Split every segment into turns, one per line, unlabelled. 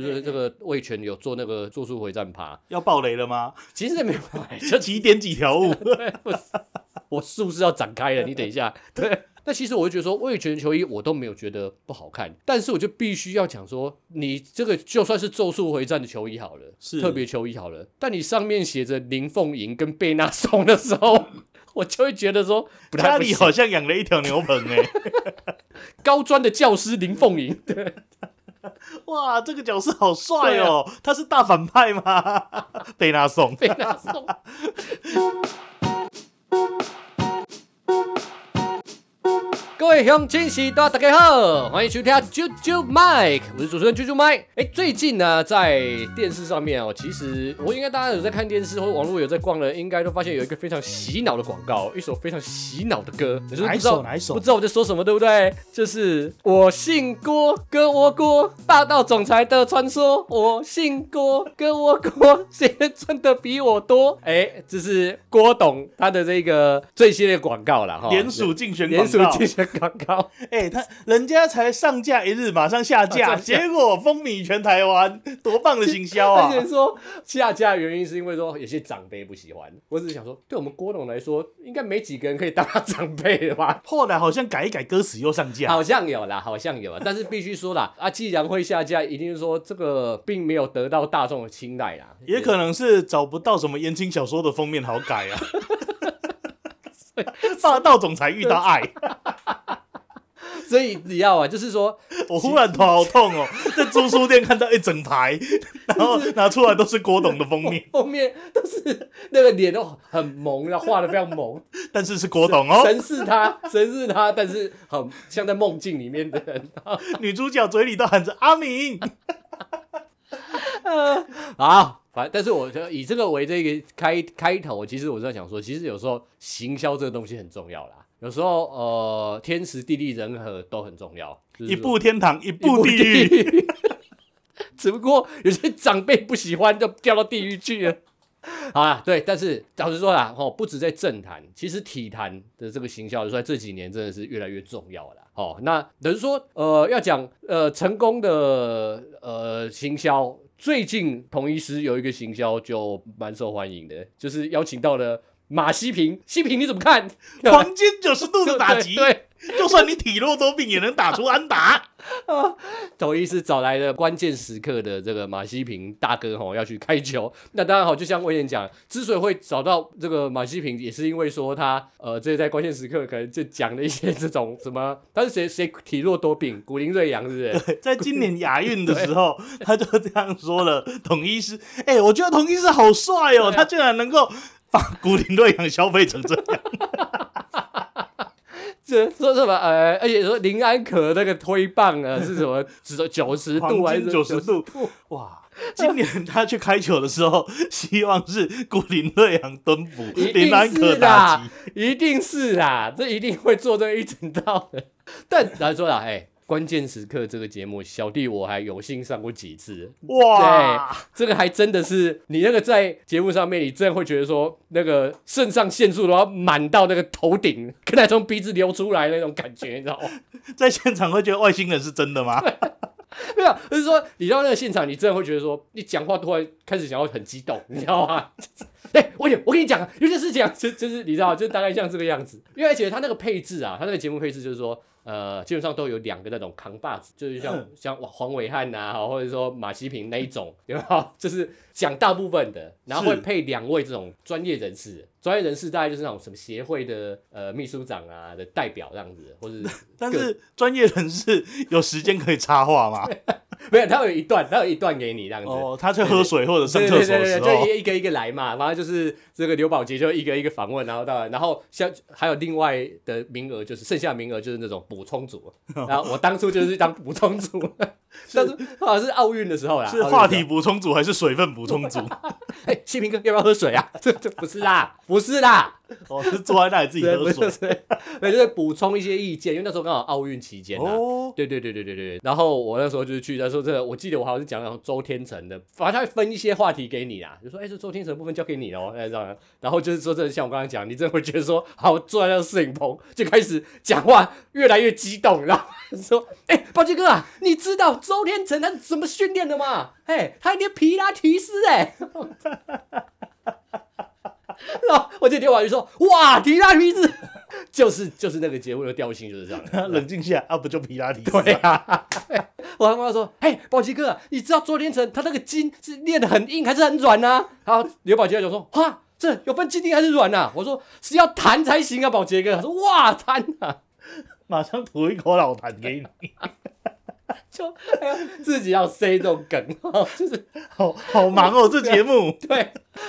就是这个魏权有做那个 咒术回战趴，
要爆雷了吗？
其实也没有买， 这
几点几条悟？
我是不是要展开了？你等一 下，对。那其实我就觉得说，魏权球衣我都没有觉得不好看，但是我就必须要讲说，你这个就算是咒术回战的球衣好了，
是
特别球衣好了，但你上面写着林凤营跟贝纳颂的时候， 我就会觉得说， 不太
家
不
里
行
好像养了一条牛 棚哎、
高专的教师林凤营，
哇，这个角色好帅哦！他是大反派吗？ 贝纳颂，
贝纳颂。 各位乡亲喜多大家好，欢迎收听啾啾 Mike，我是主持人啾啾 Mike。哎，最近呢，在电视上面哦，其实我应该大家有在看电视或者网络有在逛的，应该都发现有一个非常洗脑的广告，一首非常洗脑的歌，你是不是不知道
哪一首哪一首
不知道我在说什么，对不对？就是我姓郭，哥窝郭，霸道总裁的传说。我姓郭，哥窝郭， 谁赚的比我多？哎，这是郭董他的这个最新的广告啦。哈。
联署竞选
联
广
署
告，
竞选哦广告，
哎、他人家才上架一日，马上下架，
马上下
结果风靡全台湾， 多棒的行销 啊
而！且说下架的原因是因为说有些长辈不喜欢。我只是想说，对我们郭董来说，应该没几个人可以当他长辈的吧？
后来好像改一改歌词又上架，
好像有啦，好像有啦，但是必须说啦， 啊，既然会下架，一定是说这个并没有得到大众的青睐啦。
也可能是找不到什么言情小说的封面好改 啊。霸道总裁遇到爱，
所以你要啊，就是说，
我忽然头好痛哦，在租书店看到一整排，然后拿出来都是郭董的封面，
后面都是那个脸都很萌，然后画的非常萌，
但是是郭董 哦。
神似他， 神似他，但是很像在梦境里面的人。
女主角嘴里都喊着阿明，
好，啊反但是我觉得以这个为这个开开头，其实我是在想说，其实有时候行销这个东西很重要啦。有时候呃，天时地利人和都很重要，就是
一
说
步天堂，一
一
步地 狱。
狱。只不过有些长辈不喜欢，就掉到地狱去了。 好啦，对，但是老实说啦，哦，不止在政坛，其实体坛的这个行销，在这几年真的是越来越重要了啦。哦，那等于说，呃，要讲呃成功的呃行销，最近同一师有一个行销就蛮受欢迎的，就是邀请到了马西平，西平你怎么看？
黄金九十度的打 击，
对。对
就算你体弱多病也能打出安打。
统一是找来了关键时刻的这个马西平大哥吼要去开球。那当然好，就像威廉讲，之所以会找到这个马西平，也是因为说他呃，这在关键时刻可能就讲了一些这种什 么，他是谁谁体弱多病，古林瑞阳是不是？
在今年亚运的时候，他就这样说了：“统一师，哎、我觉得统一师好帅
对啊
哦，他竟然能够把古林瑞阳消费成这样。
这说什么 呃，而且说林安可那个推棒啊是什么，只有九十度还
黄
是
金九十度，哇！今年他去开球的时候，希望是古林瑞阳蹲捕，
一
林安
定
可
是
打
啦
击。，
一定是啦，这一定会做这一整套的。 但来说啦，哎、关键时刻这个节目，小弟我还有幸上过几次，
哇！
这个还真的是你那个在节目上面，你真的会觉得说那个肾上腺素都要满到那个头顶， 可能从鼻子流出来那种感觉，你知道吗？
在现场会觉得外星人是真的吗？
没有，啊就是说你到那个现场，你真的会觉得说，你讲话突然开始想要很激动，你知道吗？ 哎、我有，我跟你讲，有些事情啊就就是你知道，就大概像这个样子。因为而且他那个配置啊，他那个节目配置就是说，呃，基本上都有两个那种扛把子，就是像、
嗯
像黄伟汉呐、或者说马西平那一种，有没有？ 就是讲大部分的，然后会
是
配两位这种专业人士。专业人士大概就是那种什么协会的呃秘书长啊的代表这样子，或者
但是专业人士有时间可以插话吗？
没有，他有一段，他有一段给你这样子。
哦，他去喝水或者上厕所的时
对对对对，
候
就，一一个一个来嘛，然后就是这个刘宝杰就一个一个访问，然后到然后像还有另外的名额，就是剩下的名额就是那种补充 组，然后我当初就是当补充组，但是好像是奥运的时候啦，
是
奥运的时候
话题 补充组还是水分补充组？
哎，谢平哥要不要喝水啊？这这不是啦，不是啦，
哦，是坐在那里自己喝
不
水
是，对，对，就是补充一些意见，因为那时候刚好奥运期间啊。
哦，
对对对对对对，然后我那时候就是去，他说这个我记得我好像是讲了周天成的，反正他会分一些话题给你啦，就说哎，这周天成的部分交给你喽，哎这样，然后就是说这像我刚刚讲，你真的会觉得说，好坐在那个摄影棚就开始讲话，越来越激动，然后说 哎，暴君哥啊，你知道周天成他是怎么训练的吗？哎，他连皮拉提斯哎、 然后我就听完就说：“哇，提拉皮斯 就是就是那个节目的调性就是这样。
冷静下来啊，不就皮拉提斯？”
对啊，我还跟他说：“嘿，宝奇哥啊，你知道周天成他那个筋是练得很硬还是很软呢、然后刘宝杰就说：“哇，这有分筋硬还是软呐、啊我说：“是要弹才行啊，宝杰哥。”他说：“哇，弹啊！”
马上吐一口老痰给你，
就哎呀，自己要塞这种梗，就是
好好忙哦，这节目。
对。啊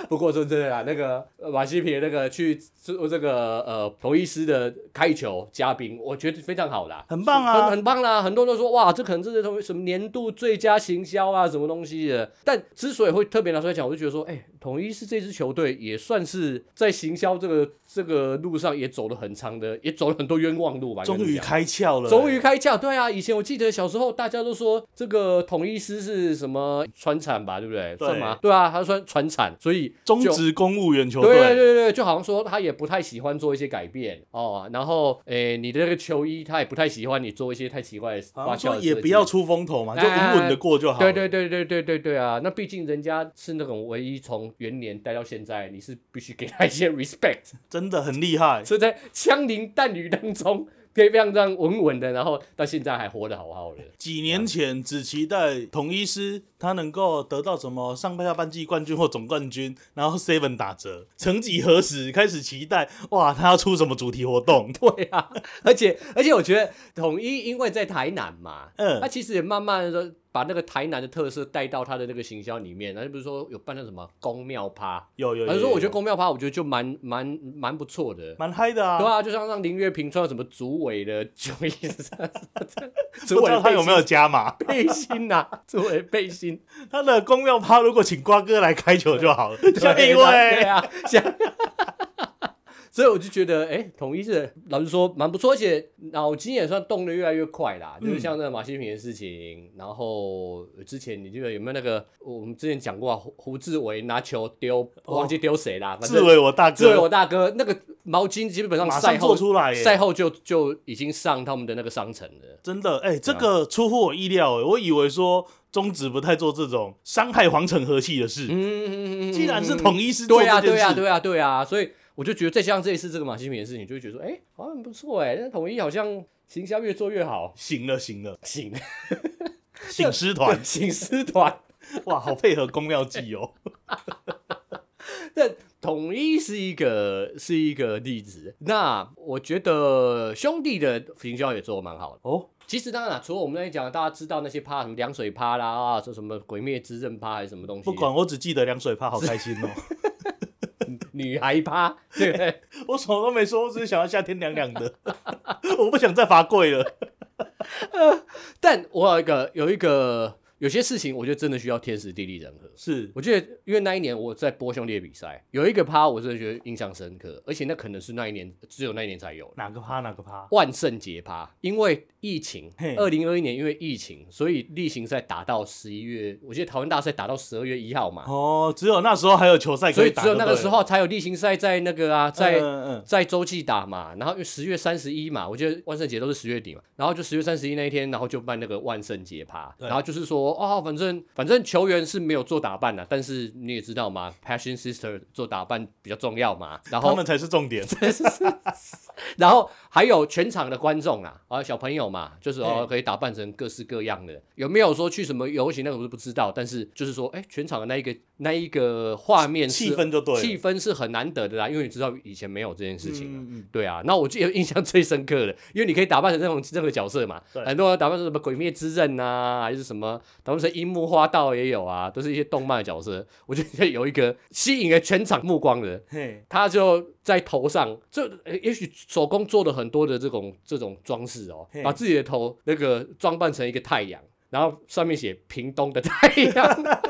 不过说真的啦，那个呃瓦西皮那个去做这个呃头医师的开球嘉宾，我觉得非常好啦，
很棒啊
很很棒啦。很多人都说哇，这可能这是什么什么年度最佳行销啊，什么东西的。但之所以会特别拿出来讲，我就觉得说，哎、统一是这支球队也算是在行销这个这个路上也走了很长的，也走了很多冤枉路吧。应该
终
这么
于
讲
开窍了，
终于开窍，对啊，以前我记得小时候大家都说这个统一师是什么船产吧，对不对？
对
算吗？对啊，他算船产，所以
中
就
职公务员球
对对
队，
对对，就好像说他也不太喜欢做一些改变哦，然后诶，你的那个球衣他也不太喜欢你做一些太奇怪的
好
花
像
俏
说
的
也
设
不
计
要出风头嘛，就
哎
稳稳的过就好。
对，对对对对对对啊！那毕竟人家是那种唯一从元年待到现在，你是必须给他一些 respect，
真的很厉害。
所以在枪林弹雨当中，可以非常这样稳稳的，然后到现在还活得好好的。
几年前只期待统一师他能够得到什么上半下半季冠军或总冠军，然后 Seven 打折。曾几何时开始期待哇，他要出什么主题活动？
对啊，而且而且我觉得统一因为在台南嘛，
嗯
他其实也慢慢的把那个台南的特色带到他的那个行销里面，然后比如说有办那什么公庙趴，
有有有
他
有，
说我觉得
有
公庙趴，我觉得就蛮蛮蛮不错的。
蛮嗨的啊。
对啊，就像让林月平穿到什么竹尾的球衣，
不
竹
知
尾
道
的
他
背
有没有加码？
心背心呐、竹尾背心，
他的公庙趴如果请瓜哥来开球就好了。 下 面一
对啊对
位，
啊，像。所以我就觉得，哎、统一是老实说蛮不错，而且脑筋也算动得越来越快啦。就是像那个马西平的事情，然后之前你记得有没有那个我们之前讲过、啊、胡胡志伟拿球丢，我忘记丢谁啦，反
志
正
伟我大
志伟
哥，
我大哥那个毛巾基本上
马
赛
上做
后
出来耶，
赛后就就已经上他们的那个商城了。
真的，
啊
哎、这个出乎我意料、哎，我以为说中职不太做这种伤害皇城和气的事，
嗯，
既然是统一是做
对
这件
呀，对呀，啊
事，
对呀，对呀，所以我就觉得再加上这一次这个马西米的事情，就会觉得说，哎、好像很不错哎、那统一好像行销越做越好，
行了 行了，
请
醒狮团，
请师团。
哇，好配合宫庙 记哦，
那统一是一个是一个例子，那我觉得兄弟的行销也做的蛮好的。
哦，
其实当然啦，除了我们那天讲的，大家知道那些趴什么凉水趴啦啊，说什么鬼灭之刃趴还是什么东西，
不管我只记得凉水趴，好开心 哦，
女孩趴，对不对？
我什么都没说，我只是想要夏天凉凉的， 我不想再罚跪了，
但我有一个有一个有些事情，我觉得真的需要天时地利人和。
是
我记得，因为那一年我在播兄弟的比赛，有一个趴我真的觉得印象深刻，而且那可能是那一年只有那一年才有
哪个趴哪个趴，
万圣节趴。因为疫情
嘿，
二零二一年因为疫情，所以例行赛打到十一月，我记得台湾大赛打到十二月一号嘛，
哦，只有那时候还有球赛
所
可
以
打，
只有那个
对
时候才有例行赛在那个啊，在
嗯嗯嗯，
在洲际打嘛，然后十月三十一嘛，我记得万圣节都是十月底嘛，然后就十月三十一那一天，然后就办那个万圣节趴，
对
然后就是说哦，反正反正球员是没有做打扮的，但是你也知道嘛，Passion Sister 做打扮比较重要嘛，然
他
后
们才是 重点，
然后还有全场的观众啊，啊小朋友嘛，就是哦
对
可以打扮成各式各样的，有没有说去什么游行那个我是不知道，但是就是说哎，全场的那一个那一个画面是
气氛就对了
气氛是很难得的啦，因为你知道以前没有这件事情啊。
嗯嗯嗯
对啊，那我记得印象最深刻的，因为你可以打扮成这种这个角色嘛，
对
很多人打扮成什么《鬼灭之刃》呐，还是什么打扮成樱木花道也有啊，都是一些动漫的角色。我就觉得有一个吸引了全场目光的，
嘿，
他就在头上，这呃也许手工做了很多的这种这种装饰哦
嘿，
把自己的头那个装扮成一个太阳，然后上面写屏东的太阳。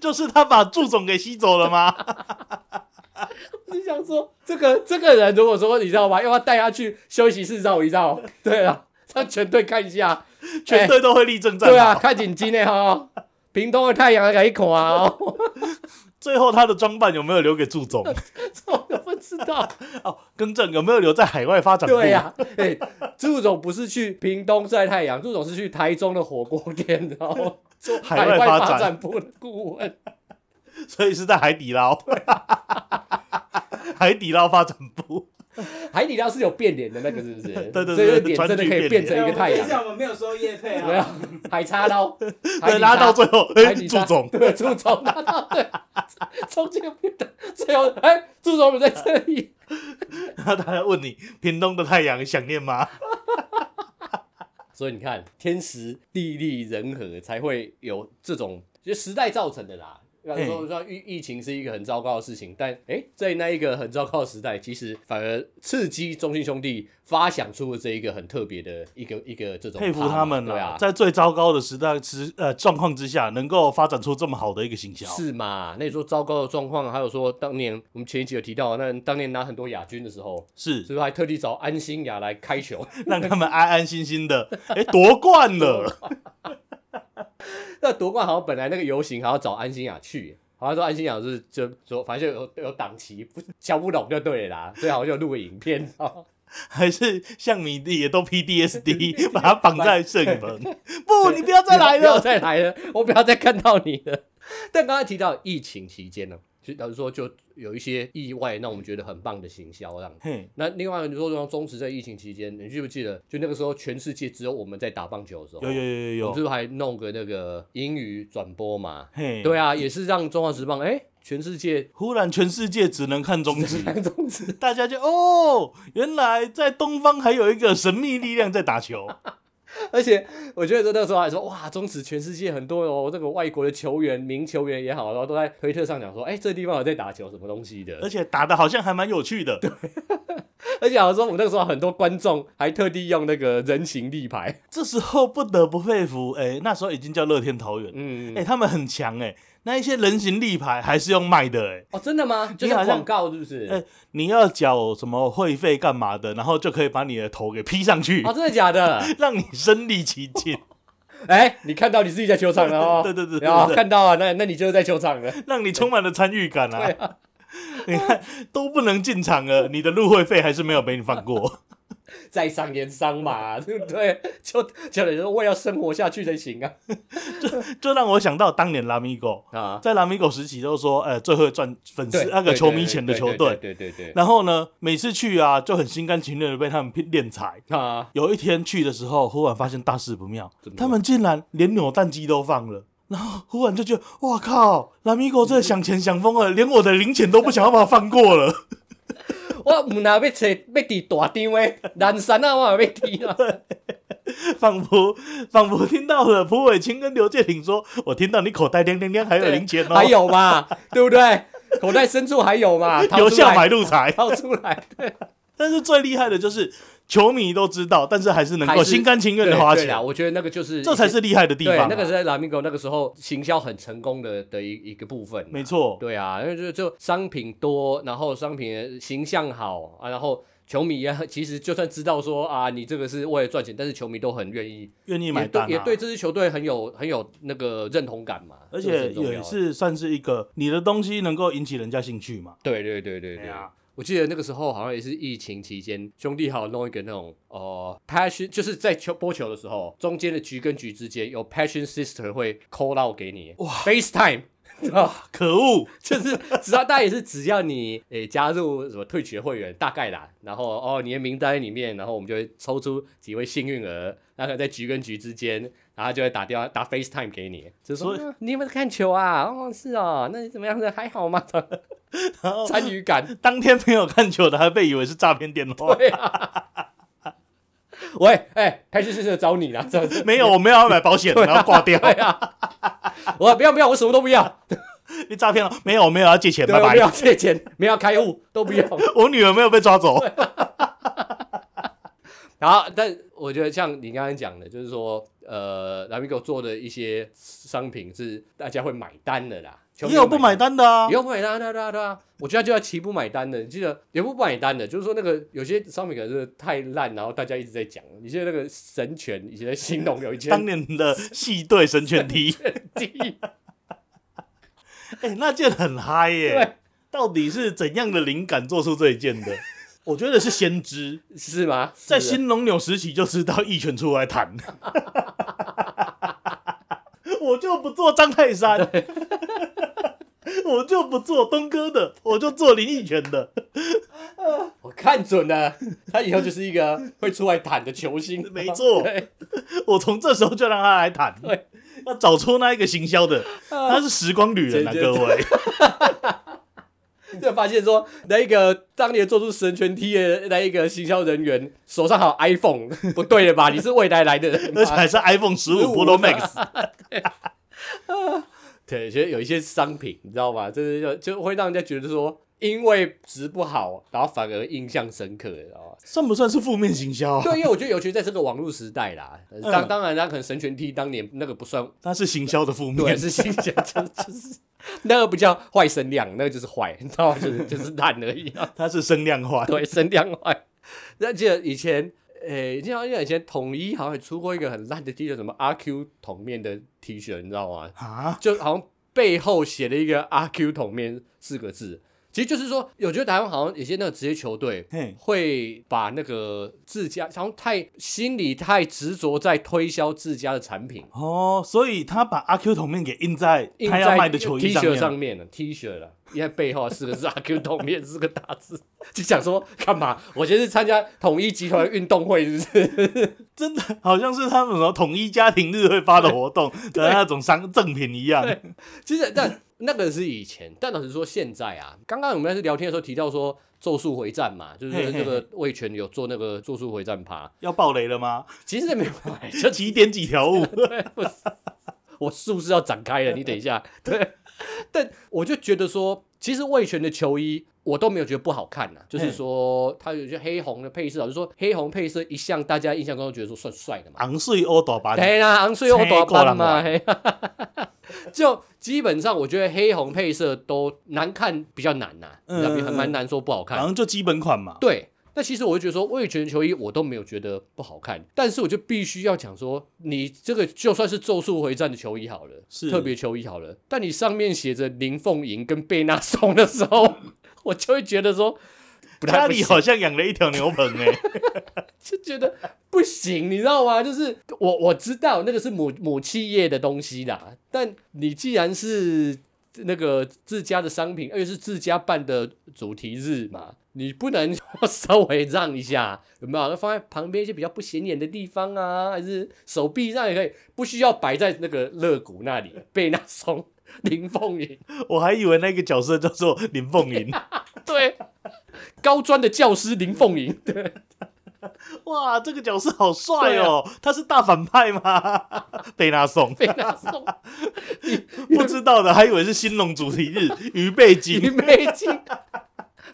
就是他把祝总给吸走了吗？
想说，这个这个人如果说你知道吗，要不要带他去休息室绕一绕？ 对啊，让全队看一下。哎
全队都会立正站好。
对啊，看紧睛的哈、哦，屏东的太阳给一孔啊、 哦，
最后他的装扮有没有留给 祝总？
这我都不知道。
哦，更正，有没有留在海外发展部？
对呀、哎、祝总不是去屏东晒太阳，祝总是去台中的火锅店，然后做
海外
外
发
发
展
展部的顾问。
所以是在海底捞。 海底捞发展部，
海底捞是有变脸的那个，是不是？
对对对
所以那个脸
川
真的
剧
可以
变
变
脸
成一个太阳
等一。下我们没有收叶配
没有
啊，
海叉捞，海
对，
底
拉到
捞
最后，
海
哎，
底
祝
捞
总，
对，祝总 拿到对，中间不的，最后哎，祝总我们在这里，
然后他还问你，屏东的太阳想 念吗？
所以你看天时地利人和才会有这种，就时代造成的啦。比方说
嘿
说疫疫情是一个很糟糕的事情，但哎，在那一个很糟糕的时代，其实反而刺激中信兄弟发想出了这一个很特别的一个一个这种
佩服
趴嘛
他们
对啊，
在最糟糕的时代之呃状况之下，能够发展出这么好的一个行销，
是嘛？那你说糟糕的状况，还有说当年我们前一集有提到，那当年拿很多亚军的时候，
是
是不是还特地找安心亚来开球？
让他们安安心心的，哎，夺冠了，
那夺冠好像本来那个游行还要找安心亚去耶，好像说安心亚是就说反正有有档期，不瞧不懂就对了啦，所以好像就录个影片， 然后
还是像米蒂也 都 PDSD 把他绑在摄影棚，不，你不要再来
不要
了，
再来了，我不要再看到你了。但刚才提到疫情期间呢，就老实说就有一些意外，让我们觉得很棒的行销这样
嘿，
那另外你说说中职在疫情期间，你记不记得？就那个时候全世界只有我们在打棒球的时候，
有有有
我
有
们是
有，
不是还弄个那个英语转播嘛？
嘿，
对啊，也是让中华职棒哎、全世界
忽然全世界只能 看中指，
看中职，
大家就哦，原来在东方还有一个神秘力量在打球，
而且我觉得那时候还说哇，中职全世界很多哦，这个外国的球员、名球员也好，然后都在推特上讲说，哎、这地方有在打球什么东西的，
而且打的好像还蛮有趣的，
而且好像说我们那个时候很多观众还特地用那个人形立牌，
这时候不得不佩服，哎、那时候已经叫乐天桃园，哎、
嗯，
他们很强哎、那一些人形立牌还是用卖的哎、
哦，真的吗？就是
你好像
广告是不是？
哎你要缴什么会费干嘛的，然后就可以把你的头给 P 上去，
哦，真的假 的？
让你身临其境，，
哎、你看到你自己在球场了哦
对对对对对
然后看到啊，那那你就是在球场了。
让你充满了参与感
对
啊！ 你看都不能进场了，你的入会费还是没有被你放过，
在商言商嘛，对不对？就就等于说为了生活下去才行啊。
就让我想到当年拉米狗。
啊，
在拉米狗时期都说，呃，最会赚粉丝
对，
那个
对
球迷钱的球队，
对对对对
然后呢，每次去啊，就很心甘情愿的被他们骗敛财。
对啊，
有一天去的时候，忽然发现大事不妙
怎么，了
他们竟然连扭蛋机都放了。然后忽然就觉得，哇靠，拉米狗真的想钱想疯了，连我的零钱都不想要把它放过了。
我唔那要找要提大张诶，南山啊，我也要提啊。
仿佛仿佛听到了蒲伟清跟刘介廷说：“我听到你口袋亮亮亮，还有零钱哦，
还有嘛， 对不对？口袋深处还有 嘛，掏
留
出
下
来，
买路财。
掏出 来，对，”
但是最厉害的就是球迷都知道，但是还是能
还
够
是
心甘情愿的花
对对啦
钱，
我觉得那个就是
这才是厉害的地
对
方啊。
那个是在拉米狗那个时候行销很成功的的一一个部分啊。
没错，
对啊，因为就就商品多，然后商品的形象好啊，然后球迷也很其实就算知道说啊，你这个是为了赚钱，但是球迷都很愿意，
愿意
也
买
对
单
也
啊。
对这支球队很有很有那个认同感嘛，
而
这个
且
很重要
也
的
是算是一个你的东西能够引起人家兴趣嘛。
对对对对对。
对啊
我记得那个时候好像也是疫情期间，兄弟好弄一个那种呃 passion，就是在球播球的时候，中间的局跟局之间有 passion sister 会 call out 给你，哇，FaceTime，知道
可恶！
就是只要大家也是只要你诶、加入什么退学会员，大概啦，然后哦你的名单里面，然后我们就会抽出几位幸运儿，那个在局跟局之间，然后就会打电话打 FaceTime 给你，就说、
所
啊你有没有看球啊？哦是哦，那你怎么样子还好吗？
然后
参与感，
当天没有看球的还被以为是诈骗电话，
对啊。喂，哎、拍戏先生找你啦，这样子。
没有，我们要买保险，然后挂掉。
对啊，我不要不要，我什么都不 要，
你诈骗了？没有，我没有要借钱，
对，啊
拜
我不
拜
要。借钱，不要开户，都不要。
我女儿没有被抓走，
然后，但我觉得像你刚才讲的，就是说，呃 l a m i g o 做的一些商品是大家会买单的啦。球迷
也有
会
不买
单
单的啊
也。有不买单，对啊对啊对啊！我觉得就要齐不买单的，你记得也不买单的，就是说那个有些商品可能是太烂，然后大家一直在讲。你记得那个神犬以前在兴隆有一 圈
当年的系队神 犬踢，
地，
哎、那件很嗨耶、
对
到底是怎样的灵感做出这一件的？我觉得是先知，
是吗？是
在
啊
新龙纽时期就知道一拳出来谈。 我就不做张泰山， 我就不做东哥的，我就做林奕泉的。。
我看准了，他以后就是一个 会出来坦的球星
没 错
对
我从这时候就让他来谈
对，
要找出那一个行销的，他是时光旅人啊，
对对
各 位。
就发现说，那一个当年做出神拳 T 的那一个行销人员手上还有 iPhone，不 对了吧？你是未来来的人
而且
吗？
还是 iPhone 十五
啊
Pro Max，
对，其实有一些商品，你知道吗？就是就就会让人家觉得说，因为值不好，然后反而印象深刻，你知道吗？
算不算是负面行销、啊？
对，因为我觉得，尤其在这个网络时代啦，呃当当然，他可能神拳 T 当年那个不算，
它是行销的负
对，
面，
是新疆，就就是那个不叫坏声量，那个就是坏，你知道吗？就是 就是烂而已、
它是声量化。
对，声量坏。 那记得以前，诶、你记得以前统一好像也出过一个很烂的 T 恤，什么阿 Q 桶面的 T 恤，你知道吗？
啊，
就好像背后写了一个阿 Q 桶面四个字。其实就是说，我觉得台湾好像有些那个职业球队
嘿
会把那个自家，好像太心里太执着在推销自家的产品，
哦，所以他把阿 Q 桶面给印在
印
他
在
要卖的球衣
T 恤
面。
上面了，T 恤了，因为背后四个 字“阿 Q 桶面”四个大字，就想说干嘛？我先是参加统一集团运动会，是 不是？
真的好像是他们什么统一家庭日会发的活 动的那种商赠品一样。
对其实，但那个是以前，但老实说，现在啊，刚刚我们在聊天的时候提到说《咒术回战》嘛，就是那
嘿嘿
个魏权有做那个《咒术回战》趴，
要爆雷了吗？
其实也没有， 就
几点几条物？
对，不是，我术是要展开了，你等一下。对，但我就觉得说，其实魏权的球衣我都没有觉得不好看呐、就是说它有些黑红的配色，就是说黑红配色一向大家印象中都觉得说算帅的嘛。
昂睡欧大班，
对啦，昂睡我大班嘛，
青
嘿， 就基本上我觉得黑红配色都难看，比较难呐、
嗯
那边很蛮难说不好看
好。像就基本款嘛。
对，那其实我就觉得说，魏权球衣我都没有觉得不好看，但是我就必须要讲说，你这个就算是咒术回战的球衣好了，
是
特别球衣好了，但你上面写着林凤营跟贝纳颂的时候， 我就会觉得说，不太
家
不
里
行
好像养了一条牛棚哎、
就觉得不行，你知道吗？就是我我知道那个是母母企业的东西啦，但你既然是那个自家的商品，而且是自家办的主题日嘛，你不能 稍微让一下，有没有？那放在旁边一些比较不显眼的地方啊，还是手臂上也可以，不需要摆在那个肋骨那里，被那松林凤营
我还以为那个角色叫做林凤 营。
对高专的教师林凤营，对
哇，这个角色好帅哦！
啊
他是大反派吗？ 贝纳颂，
被那松。
不知道的还以为是新龙主 题日于贝
你
基。
没进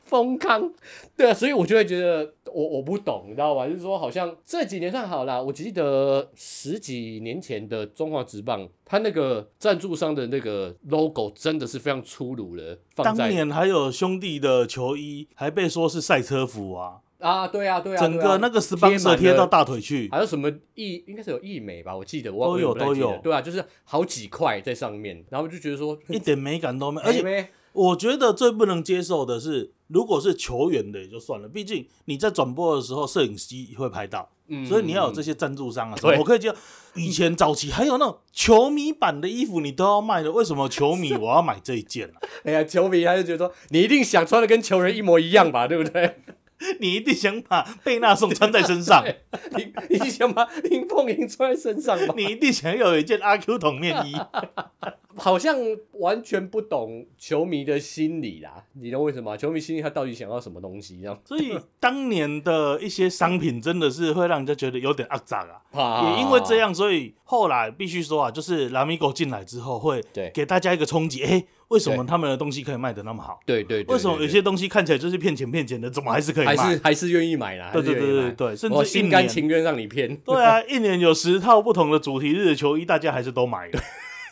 丰康，对啊，所以我就会觉得我我不懂，你知道吧？就是说，好像这几年算好啦，我记得十几年前的中华职棒，它那个赞助商的那个 logo 真的是非常粗鲁的，放
当
在
年还有兄弟的球衣，还被说是赛车服啊，
啊，对啊，对啊，
整
对
个
啊
那个
贴满
sponsor 贴
了
到大腿去。
还有什么艺，应该是有艺美吧？我记得我
都有
我也不太记得
都有
对啊，就是好几块在上面，然后就觉得说，
一点美感都没有，
啊
而
哎
且
咩
我觉得最不能接受的是，如果是球员的也就算了，毕竟你在转播的时候，摄影机会拍到，
嗯
所以你要有这些赞助商啊。什
对
么我可以接受。以前早期还有那种球迷版的衣服，你都要卖的，为什么球迷我要买这一件啊？
哎呀，球迷他就觉得说，你一定想穿的跟球员一模一样吧，对不对？
你一定想把贝纳颂穿在身上，
你 你想把林凤营穿在身上吗？
你一定想要有一件阿 Q 桶面衣。
好像完全不懂球迷的心理啦，你懂为什么吗？球迷心里他到底想要什么东西？这样
所以当年的一些商品真的是会让人家觉得有点肮脏啊。
啊
也因为这，样，所以后来必须说啊，就是拉米狗进来之后，会
对
给大家一个冲击，诶，为什么
对
他们的东西可以卖得那么好？
对对对
为什么有
对
些东西看起来就是骗钱骗钱的，怎么还是可以
还
卖
是？还是愿意买啦？
对
还
对
是
对
愿意
对
买
对，甚
我
至一
心甘
年
情愿让你骗。
对啊，一年有十套不同的主题日的球衣，大家还是都买了。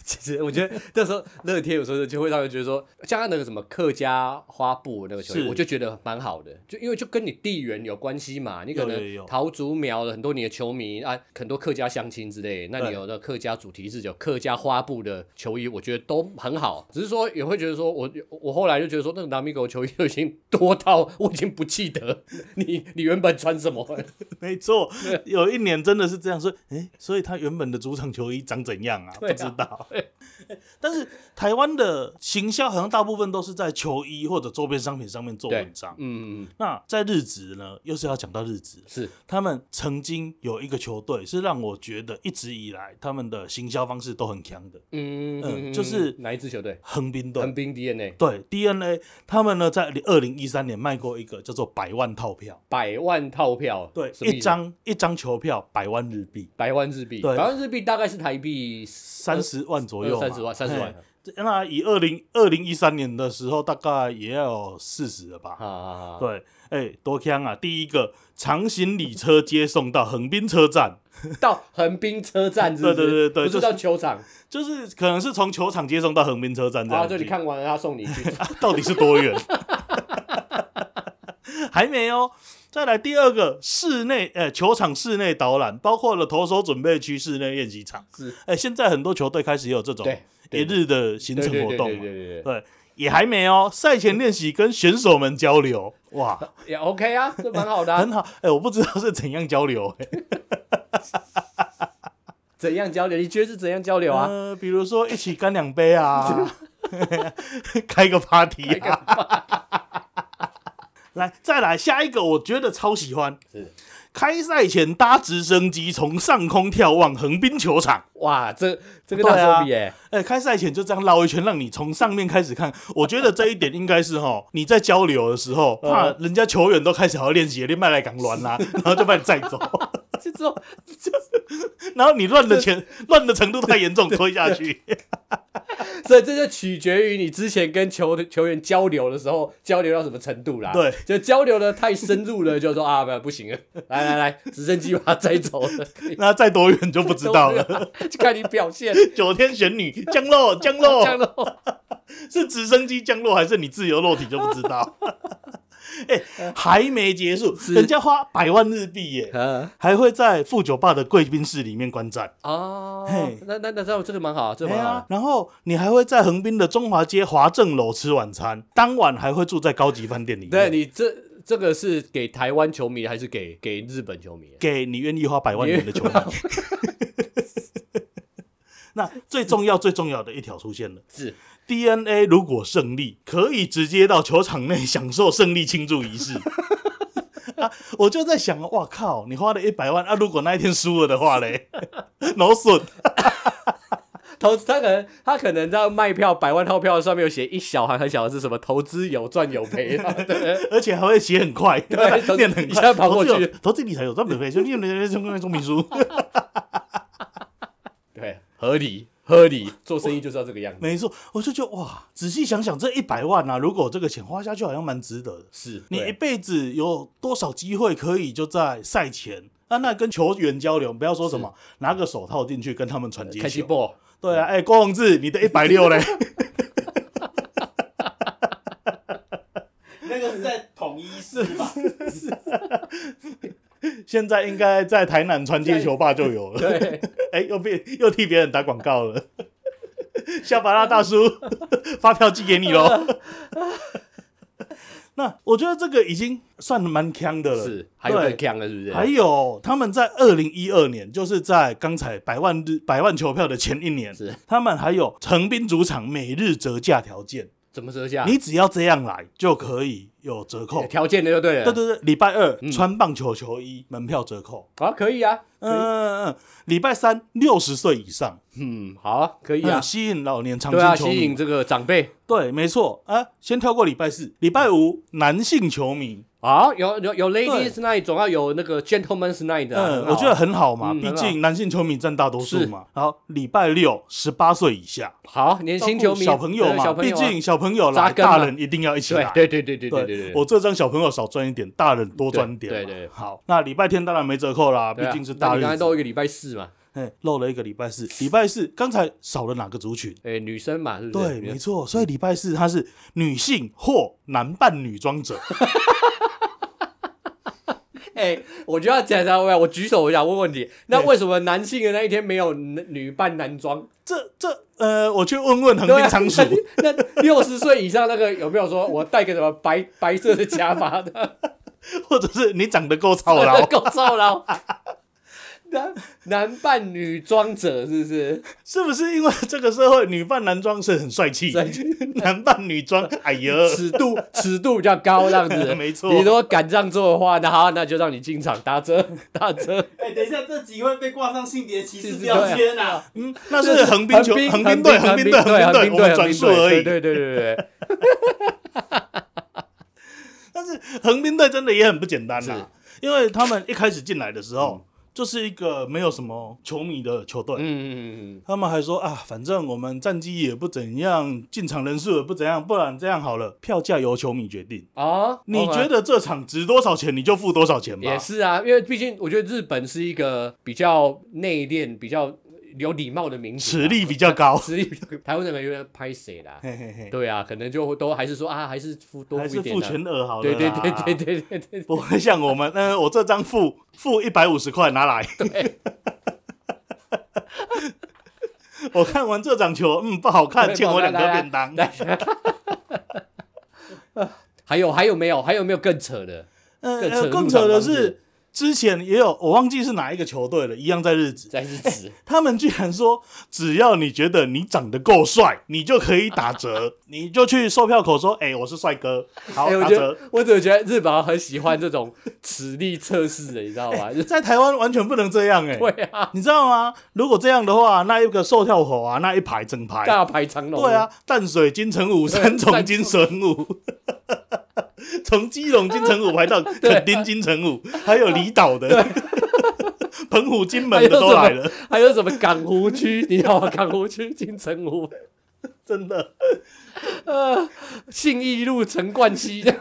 其实我觉得那时候乐天有时候就会让人觉得说，像他那个什么客家花布那个球衣，
是
我就觉得蛮好的，就因为就跟你地缘有关系嘛，你可
有有有
能桃竹苗的很多你的球迷啊，很多客家乡亲之类，那你有那客家主题是有客家花布的球衣，我觉得都很好，只是说也会觉得说我我后来就觉得说那个南米狗球衣都已经多到我已经不记得你 你原本穿什么了，
没错，
啊
有一年真的是这样说，诶，所以他原本的主场球衣长怎样啊？
对啊啊
不知道。但是台湾的行销好像大部分都是在球衣或者周边商品上面做
对
文章。
嗯，
那在日职呢，又是要讲到日职，
是
他们曾经有一个球队是让我觉得一直以来他们的行销方式都很强的，
嗯
嗯就是
哪一支球队？
横滨队。
横滨 DNA
对 DNA，他们呢在二零一三年卖过一个叫做百万套票，
百万套票，
对，
什么意
一
思啊
张一张球票百万日币，
百万日币，
对
百万日币大概是台币
三十万左右嘛，
三十万，三十万
嘿。这那以二零二零一三年的时候，大概也要有四十了吧？
啊，
对，哎、多香啊！第一个长行李车接送到横滨车站，
到横滨车站是不是，
对对对对
不
就是
是到球场，
就是可能是从球场接送到横滨车站这
然
样
后
子。
哦
啊
就你看完了，他送你 去，
到底是多远？ 还没哦。再来第二个室内，呃，球场室内导览包括了投手准备区、室内练习场。
是，
哎，现在很多球队开始也有这种
对，
一
对
日的行
对
程
对
活
对
动
对
嘛，
对对对，
对，也还没哦。赛前练习跟选手们交流，哇，
也 OK 啊，这蛮好的啊
很。好。哎，我不知道是怎样交流，哎
怎样交流？你觉得是怎样交流啊？
呃，比如说一起干两杯啊， 开个 party
开个
啊。来，再来下一个，我觉得超喜欢，
是
开赛前搭直升机从上空眺望横滨球场。
哇，这这个
对啊
大手笔耶，
哎、开赛前就这样绕一圈，让你从上面开始看。我觉得这一点应该是哈，你在交流的时候，怕人家球员都开始好好练习，练麦来港乱啦，然后就把你载走，
这种
然后你乱的前乱的程度太严重，推下去。
所以这就取决于你之前跟球球员交流的时候，交流到什么程度啦。
对，
就交流的太深入了，就说啊，不不行了，来来来，直升机把它摘走了，
那再多远就不知道 了。
了，就看你表 现。
九天玄女降落，降
这
落
样咯
是直升机降落还是你自由落体就不知道。哎、还没结束，人家花百万日币耶、
啊
还会在富酒吧的贵宾室里面观战。
哦
嘿，
那那那这这个蛮好，这个
对
蛮好
啊
的，，
然后你还会在横滨的中华街华正楼吃晚餐，当晚还会住在高级饭店里面。
对你这这个是给台湾球迷还是给给日本球迷？啊
给你愿意花百万元的球迷。那最重要、最重要的一条出现了
是
：DNA 如果胜利，可以直接到球场内享受胜利庆祝仪式。啊、我就在想，哇靠！你花了一百万啊，如果那一天输了的话嘞，脑损。
投他可能他可能在卖票百万套票上面有写一小行很小的是什么投资有赚有赔，啊对不对
而且还会写很快，
对
念得很
一
快，
下跑过去
投资有投资理财有赚本费，就念了中中明书，
对，合理合理，做生意就是要这个样子。
没错，我就觉得哇，仔细想想这一百万啊，如果这个钱花下去，好像蛮值得的。
是
你
对
一辈子有多少机会可以就在赛前？啊，那跟球员交流，不要说什么拿个手套进去跟他们传接
开心
球。
不？
对啊，哎、郭宏志，你的一百 六嘞？
那个是在统一是 吧？
现在应该在台南传接球吧就有了。
对，
哎、又被又替别人打广告了。 夏巴拉大叔， 发票寄给 你喽。那我觉得这个已经算蛮强的 了。
是还有更
对
强的，是不是？
还有他们在二零一二年，就是在刚才百万日百万球票的前一年
是，
他们还有成滨主场每日折价条件。
怎么折价？
你只要这样来就可以有折扣。
条件的就啊对了。
对对对，礼拜二、穿棒球球衣门票折扣。
好，可以啊。
嗯嗯嗯，礼拜三六十岁以上，
嗯，好啊，可以啊
嗯。吸引老年长
对啊，
青球
吸引
迷。
这个长辈
对，没错啊。先跳过礼拜四，礼拜五男性球迷，
啊，有有有 ladies night，总要有那个 gentleman's night 的啊。
嗯，
很好
我觉得很好嘛，
嗯
毕
很好
竟男性球迷占大多数嘛。然后礼拜六十八岁以下，
好，年轻球迷
照顾小朋友
对小
嘛，
朋
毕
友啊
竟小朋友
扎
来，
根嘛
大人一定要一起来。
对对对对对对对
我这张小朋友少赚一点，大人多赚一点嘛。
对对对
好，那礼拜天当然没折扣啦，毕
对啊
竟是
那
大
你
日
刚才
子。
都一个礼拜四嘛，
嘿，漏了一个礼拜 四，礼拜四刚才少了哪个族群？
诶，女生嘛，是不
对，
是？
没错，所以礼拜四它是女性或男扮女装者。
嗯哎、我觉得检查我我举手，我想问问题，那为什么男性的那一天没有男女扮男装？
这这呃，我去问问横
对啊
滨仓鼠，
那六十岁以上那个有没有说我戴个什么白白色的假发的？，
或者是你长得够操劳
够操劳。男男扮女装者是不是？
是不是因为这个社会女扮男装是很帅气，
帅气
男扮女装，哎呀，
尺度尺度比较高这样子，
没错
你如果敢这样做的话，那好，那就让你进场打折打折。
哎、等一下，这集会被挂上性别歧视
是
标签
对
啊！
嗯，那是横滨球，
横
横滨队，
横
横滨队，
对
横滨队，
滨
我们转述而已。
对对对对对对。
但是横滨队真的也很不简单
是嗯
啦，因为他们一开始进来的时候，就是一个没有什么球迷的球队。
嗯嗯嗯
他们还说啊，反正我们战绩也不怎样，进场人数也不怎样，不然这样好了，票价由球迷决定。
嗯啊，
你
OK
觉得这场值多少钱，你就付多少钱吧。
也是啊，因为毕竟我觉得日本是一个比较内敛、比较有礼貌的民族啊，。
实力比较高
实力比较台湾人有点拍谁啦？
嘿嘿嘿，
对啊，可能就都还是说啊，还是付多
还
付一
是
点
付全
啊。
额好了。
对对对对。对对对对
不会像我们， 嗯、我这张付付一百五十块拿来。
对，
我看完这场球，嗯，不好看，欠我两颗便当。
来。来来还有还有没有还有没有更扯的？
呃
更扯
呃，
的
更
入场
扯的
方式
是，之前也有我忘记是哪一个球队了，一样在日子，
再是指
他们居然说，只要你觉得你长得够帅，你就可以打 折，你就去售票口说，哎、我是帅哥，好、
哎，我
打
觉得
折。
我怎么觉得日本好像很喜欢这种实力测试的，你知道 吗？就是
在台湾完全不能这样 哎、
对啊，
你知道吗？如果这样的话，那一个售票口啊，那一排整排，
大排长龙。
对啊，，淡水金城武、三重金城武，从基隆金城武 排到啊垦丁金城武，还有离岛的、 澎湖、金门的都来了，
还有什么港湖区？ 你知道吗？港湖区、金城湖、
真的。
呃，信义路、陈冠希。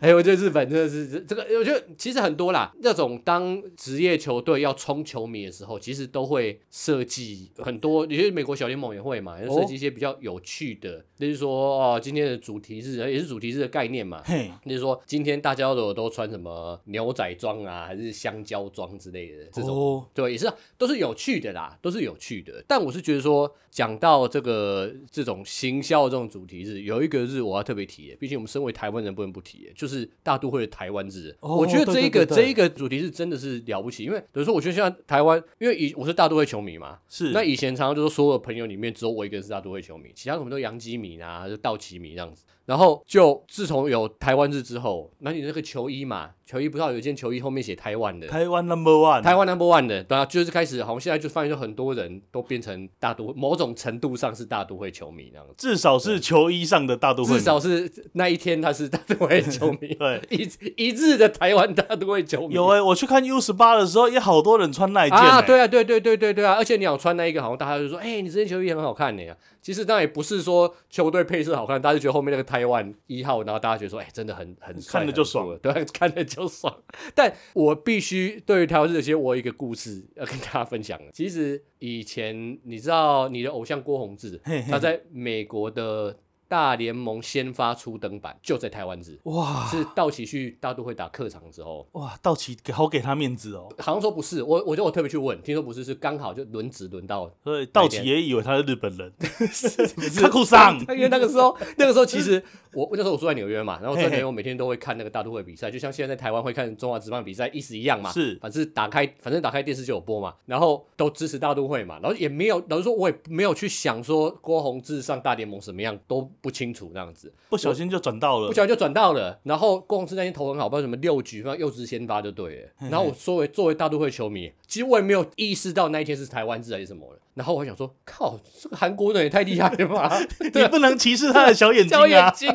哎、我觉得日本真的是这个，我觉得其实很多啦。那种当职业球队要冲球迷的时候，其实都会设计很多，也就是美国小联盟也会嘛，设计一些比较有趣的，例如说哦，今天的主题日也是主题日的概念嘛，
嘿，
例如说今天大家都都穿什么牛仔装啊，还是香蕉装之类的这种。
哦，
对，也是啊都是有趣的啦，都是有趣的。但我是觉得说，讲到这个这种行销这种主题日，有一个日我要特别提的，毕竟我们身为台湾人不能不提的，就是大都会的台湾日。
哦
我觉得这一个
对对对对
这一个主题是真的是了不起，因为比如说，我觉得像台湾，因为以我是大都会球迷嘛，
是
那以前常常就是所有朋友里面只有我一个人是大都会球迷，其他我们都洋基迷啊，就道奇迷这样子。然后就自从有台湾日之后，那你那个球衣嘛，球衣不知道有一件球衣后面写台湾的，
台湾 number one，
台湾 number one 的，对啊，就是开始好像现在就发现，说很多人都变成大都某种程度上是大都会球迷那样子，
至少是球衣上的大都会，，
至少是那一天他是大都会球迷
对。
一一日的台湾大都会球迷
有哎、我去看 U 十八的时候，也好多人穿那一件、欸、
啊，对啊，对对对对对啊，而且你有穿那一个，好像大家就说，哎、你这件球衣很好看呢、其实当然也不是说球队配色好看，大家就觉得后面那个台湾一号，然后大家觉得说，哎、真的很很帅
看着就
很
爽
酷对啊， 看着就爽。但我必须对于台湾这些，我有一个故事要跟大家分享。其实以前你知道你的偶像郭宏志
嘿嘿，
他在美国的。大联盟先发初登板就在台湾职，
哇
是道奇去大都会打客场之后，
哇，道奇给好给他面子哦，
好像说不是，我我就我特别去问，听说不是，是刚好就轮值轮到
所以道奇
哪一
也以为他是日 本人，他库上
因为那个时 候，那个时候其实我那时候我住在纽约嘛，然后在纽
嘿
约
嘿
我每天都会看那个大都会比赛，就像现在在台湾会看中华职棒比赛意思一样嘛。
是
反正打开反正打开电视就有播嘛，然后都支持大都会嘛，然后也没有，老实说我也没有去想说郭宏志上大联盟什么样都不清楚这样子，
不小心就转到了
不，小心就转到了。然后郭宏志那天投很好，不知道什么六局，不知道又是先发就对了。然后我作为作为大都会球迷，其实我也没有意识到那一天是台湾制还是什么了。然后我还想说，靠，这个韩国人也太厉害了吧！
你不能歧视他的小眼睛
小眼
啊，
睛，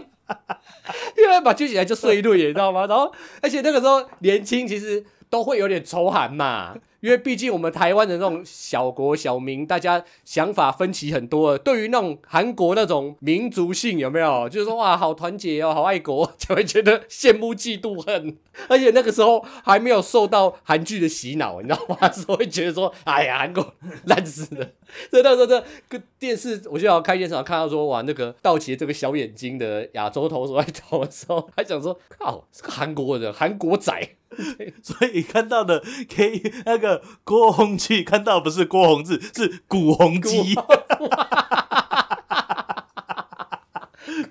因为把揪起来就碎一路，你知道吗？然后，而且那个时候年轻，其实都会有点仇韩嘛，因为毕竟我们台湾的那种小国小民，大家想法分歧很多。对于那种韩国那种民族性，有没有？就是说哇，好团结哦，好爱国， 就会觉得羡慕、嫉妒、恨。而且那个时候还没有受到韩剧的洗脑，你知道吗？ 所以会觉得说，哎呀，韩国烂死了。 所以那时候这个电视，我就要开电视，然后看到说哇，那个道奇这个小眼睛的亚洲投手在投的时候，还想说靠，是个韩国人，韩国仔，
所以看到的可以那个郭宏志看到不是郭宏志，是古宏基。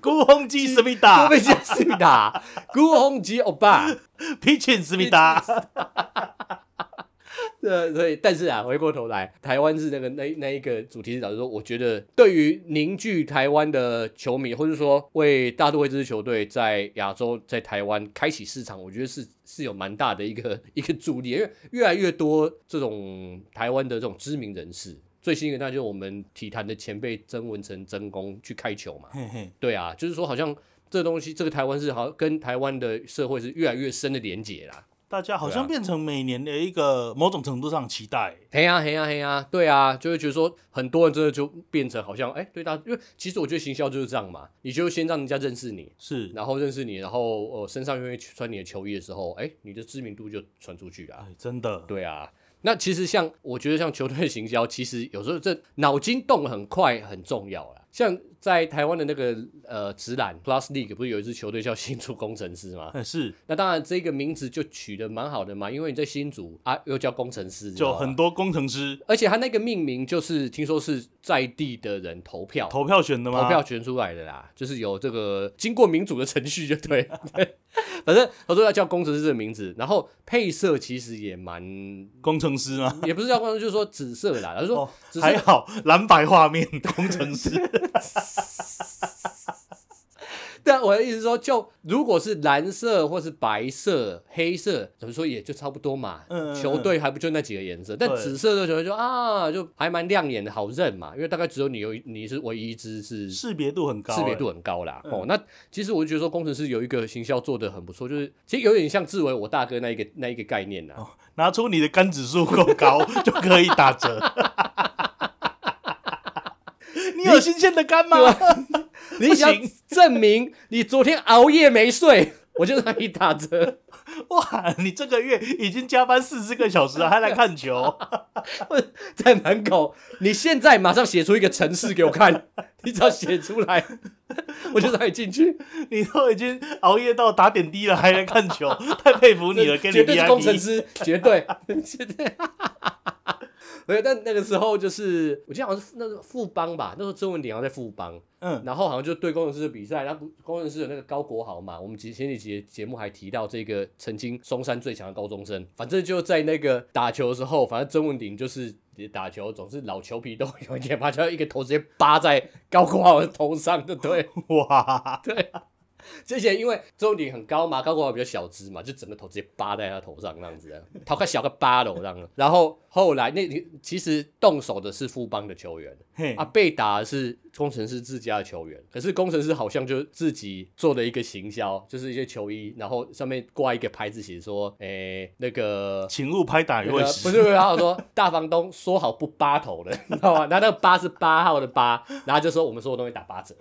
古宏基思 密
都
达
被这样啊是打，古宏吉欧巴。
，Pitchin 思密达，
对，所以但是啊，回过头来，台湾是那个那那一个主题是老实说，我觉得对于凝聚台湾的球迷，或者说为大都会这支球队在亚洲在台湾开启市场，我觉得是是有蛮大的一个呃一个助力，因为越来越多这种台湾的这种知名人士。最新一个那就是我们体坛的前辈曾文成、曾公去开球嘛，
嘿 嘿，
对啊，就是说好像这东西，这个台湾是好像跟台湾的社会是越来越深的连结啦。
大家好
对啊
像变成每年的一个某种程度上的期待。
嘿呀、嘿呀、嘿呀、对啊，就会觉得说很多人真的就变成好像哎、对大家，因为其实我觉得行销就是这样嘛，你就先让人家认识你，
是，
然后认识你，然后呃身上愿意穿你的球衣的时候，哎、你的知名度就传出去啊。
哎，真的，
对啊，那其实像我觉得像球队行销，其实有时候这脑筋动很快很重要啦。像在台湾的那个呃直篮 Plus League 不是有一支球队叫新竹工程师吗？
哎是，
那当然，这个名字就取得蛮好的嘛，因为你在新竹啊，又叫工程师，你知道
就
吧
很多工程师
而且他那个命名就是听说是在地的人投票
投啊票选的吗？
投票选出来的啦，就是有这个经过民主的程序就对 对。反正他说要叫工程师这个名字，然后配色其实也蛮，
工程师吗？
也不是叫工程师，就是说紫色啦。他说
哦
紫色
还好蓝白画面，工程师
但我的意思是说，就如果是蓝色或是白色、黑色，怎么说也就差不多嘛。
嗯嗯
球队还不就那几个颜色，但
对
紫色的球队就啊，就还蛮亮眼的，好认嘛。因为大概只有你有一你是唯一一支是
识别度很高，
识别
哎
度很高啦。哦，那其实我就觉得说，工程师有一个行销做的很不错，就是其实有点像志伟我大哥那一个那一个概念呐、
拿出你的肝指数够高就可以打 折。你有新鲜的肝吗？
你想
不行
证明你昨天熬夜没睡，我就让你打折。
哇，你这个月已经加班四十个小时了，还来看球？
在门口，你现在马上写出一个城市给我看，你只要写出来，我就让你进去。
你都已经熬夜到打点滴了，还来看球？太佩服你了，给你
绝对是工程
VIP。
师，绝对，绝对。 没有，但那个时候就是，我记得好像是那个富邦吧，那时候曾文鼎好像在富邦，
嗯，
然后好像就对工程师的比赛，然后不工程师有那个高国豪嘛，我们前前几节节目还提到这个曾经松山最强的高中生，反正就在那个打球的时候，反正曾文鼎就是打球总是老球皮都 有一点，把球一个头直接扒在高国豪的头上，对不对？
哇，
对。之前因为周鼎很高嘛，高国华比较小只嘛，就整个头直接扒在他头上那样子，啊头快小个八楼这样。啊然后后来那其实动手的是富邦的球员
嘿
啊，被打的是工程师自家的球员。可是工程师好像就自己做了一个行销，就是一些球衣，然后上面挂一个牌子写说，诶、那个
请勿拍打
那
游
个
位
哎不
时。
是不是，他有说大房东说好不扒头的，你知道吗？然后那个八是八号的八，然后就说我们所有东西打八折。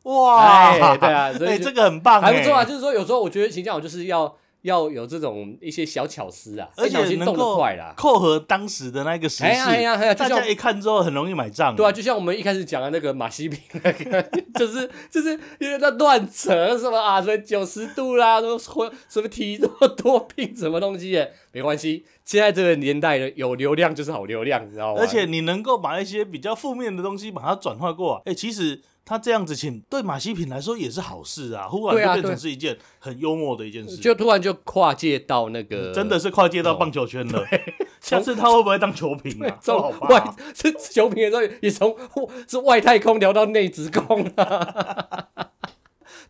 哇
哎，对啊所以
哎
就
这个很棒，
还不错啊。
哎
就是说，有时候我觉得形象好就是要要有这种一些小巧思啊，
而
小
且
心
能
动得
够
快啦。
扣合当时的那个时
哎呀哎
事，
呀哎呀，就
大
像
家一看之后很容易买账。
对啊，就像我们一开始讲的那个马西平那个， 就是就是因为他乱扯什么啊，所以九十度啦，都说什么体弱多病什么东西耶，没关系，现在这个年代呢，有流量就是好流量，你知道吗？
而且你能够把一些比较负面的东西把它转化过来，哎、其实他这样子请对马西品来说也是好事啊，忽然
对啊
就变
对
成是一件很幽默的一件事，
就突然就跨界到那个
真的是跨界到棒球圈了。 下次他会不会当球评啊？
从
好吧
外 是球评的时候，也从是外太空聊到内职工了。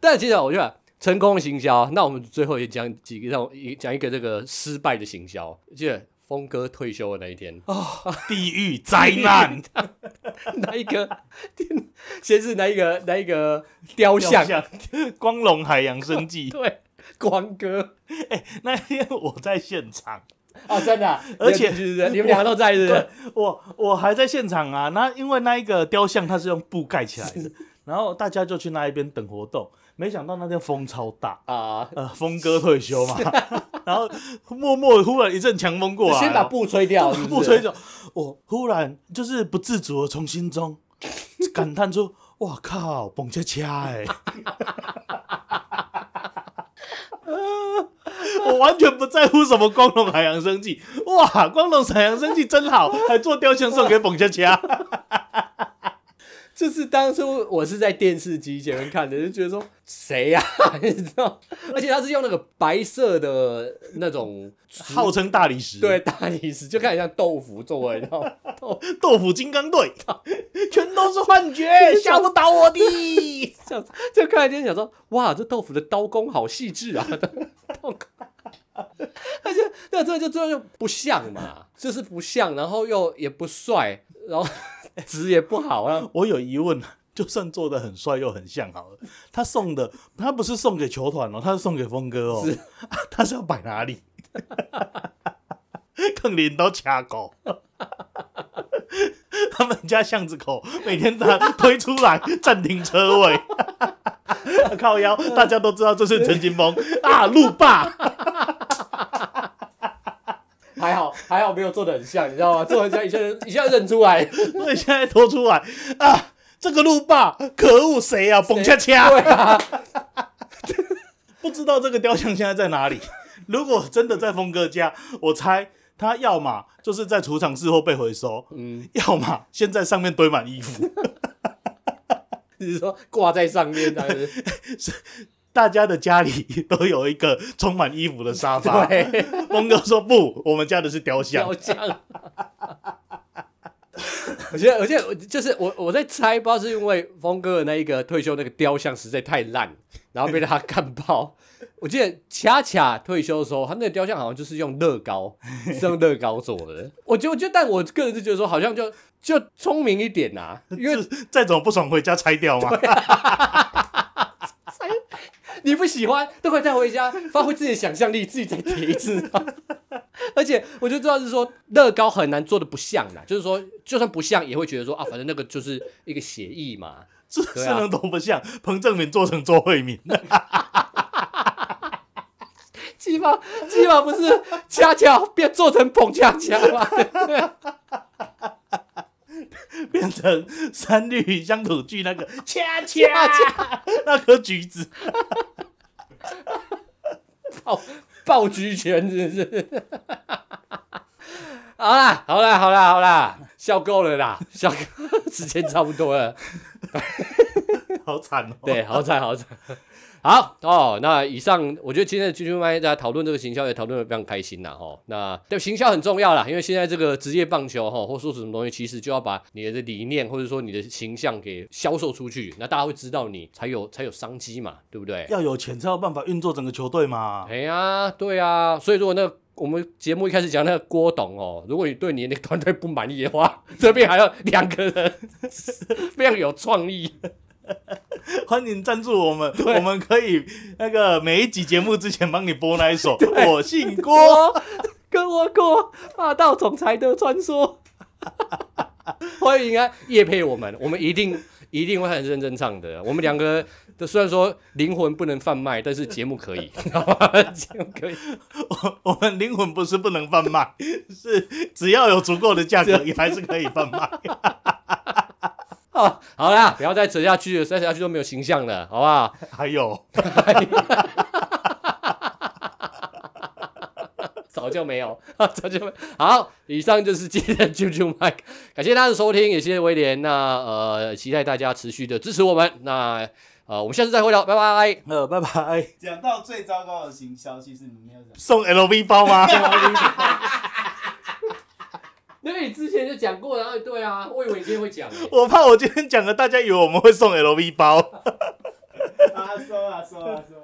但其实啊我觉得成功的行销，那我们最后也讲几个，让我一讲一个这个失败的行销，就是峰哥退休的那一天，
哦地狱灾难
那一个先是那一个那一个雕像，
雕光荣海 洋生计。
对，光哥
那天我在现场，
啊，真的啊、
而且
是不是你们两个都在，是不是
对？我我还在现场啊。那因为那一个雕像它是用布盖起 来的，然后大家就去那一边等活动。没想到那天风超大，
啊，
呃，峰哥退休嘛，然后默默忽然一阵强风过来，
先把布吹掉，是
不
是
吹走，我忽然就是不自主的从心中感叹出：“哇靠，蹦恰恰哎！” 我完全不在乎什么光荣海洋生计，哇，光荣海洋生计真好，还做雕像送给蹦恰恰。
就是当初我是在电视机前面看的，就觉得说谁呀、 你知道？而且他是用那个白色的那种
号称大理石，
对大理石，就看起来像豆腐做的，你知道吗？
豆腐金刚队，全都是幻 觉，吓不倒 我的。
这样子就看今天想说，哇，这豆腐的刀工好细致啊！ 刀工，而且那这就这就不像嘛，就是不像，然后又也不帅，然后 值也不好啊。
我有疑问， 就算做的很帅又很像好了，他送的他不是送给球团哦，他是送给峰哥哦，
是
他是要摆哪里？ 更镰刀掐狗，他们家巷子口每天他推出来暂停车位， 靠腰，大家都知道这是陈金峰啊，路霸。
还好还好没有做的很像，你知道吗？做得很像一下就一下就认出来。
所以现在拖出来啊，这个路霸可恶，谁啊？蹦恰恰，
对啊。
不知道这个雕像现在在哪里。如果真的在峰哥家，我猜他要么就是在储藏室后被回收，
嗯，
要么现在上面堆满衣服。
你是说挂在上面的？
大家的家里都有一个 充满衣服的沙发。
对，
峰哥说不，我们家的是雕像
雕。像。 我觉得，我觉得我就是我，我在猜，不知道是因为峰哥的那一个退休那个雕像实在太烂，然后被他 干爆。我记得恰恰退休的时候，他那个雕像好像就是用乐高，是用乐高做的。 我觉得，我觉得，但我个人是觉得说，好像就就聪明一点呐、因为
是再怎么不爽回家拆掉吗？
啊你不喜欢都快带回家，发挥自己的想象力，自己再叠一次、啊 而且我就知道是说乐高很难做的不像啦，就是说就算不像也会觉得说啊，反正那个就是一个协议嘛。
是
对
是
啊
能都不像彭正明做成周慧敏，
起码起码不是恰恰变做成捧恰恰 嘛，
变成三绿乡土剧 那个恰
恰
恰
恰
那颗橘子。
爆爆菊拳真的是。 好啦，好啦，好啦，好啦，笑够了啦，笑够时间差不多了。
好惨哦。，
对，好惨好惨。好哦，那以上我觉得今天的啾啾麦大家讨论这个行销也讨论的非常开心啦哦。那对行销很重要啦，因为现在这个职业棒球哈，或说什么东西，其实就要把你的理念或者说你的形象给销售出去，那大家会知道你才有才有商机嘛，对不对？
要有钱才有办法运作整个球队嘛。
哎呀，对啊，所以如果那个我们节目一开始讲那个郭董哦，如果你对你那个团队不满意的话，这边还要两个人， 非常有创意。
欢迎赞助我们，我们可以那个每一集节目之前帮你播那一 首《我姓郭》。
我跟我过霸道总裁的传说。欢迎啊，夜配我们，我们一定一定会很认真唱的。我们两个的虽然说灵魂不能贩卖，但是节目可以，好吧节目可以，
我我们灵魂不是不能贩卖， 是只要有足够的价格，也还是可以贩 卖。
好，好啦，不要再扯下去了，再扯下去都没有形象了，好不好？
还有，
早就没有，早就没有好。以上就是今天的啾啾麦，感谢大家的收听，也谢谢威廉。那呃，期待大家持续的支持我们。那呃，我们下次再会聊，拜拜。
呃，拜拜。
讲到最糟糕的行销，其实你没有讲。
送 LV 包 吗？
因为你之前就讲过，然后对啊，我以为你今天会讲、
我怕我今天讲了，大家以为我们会送 LV 包。
啊，说啊说啊说啊。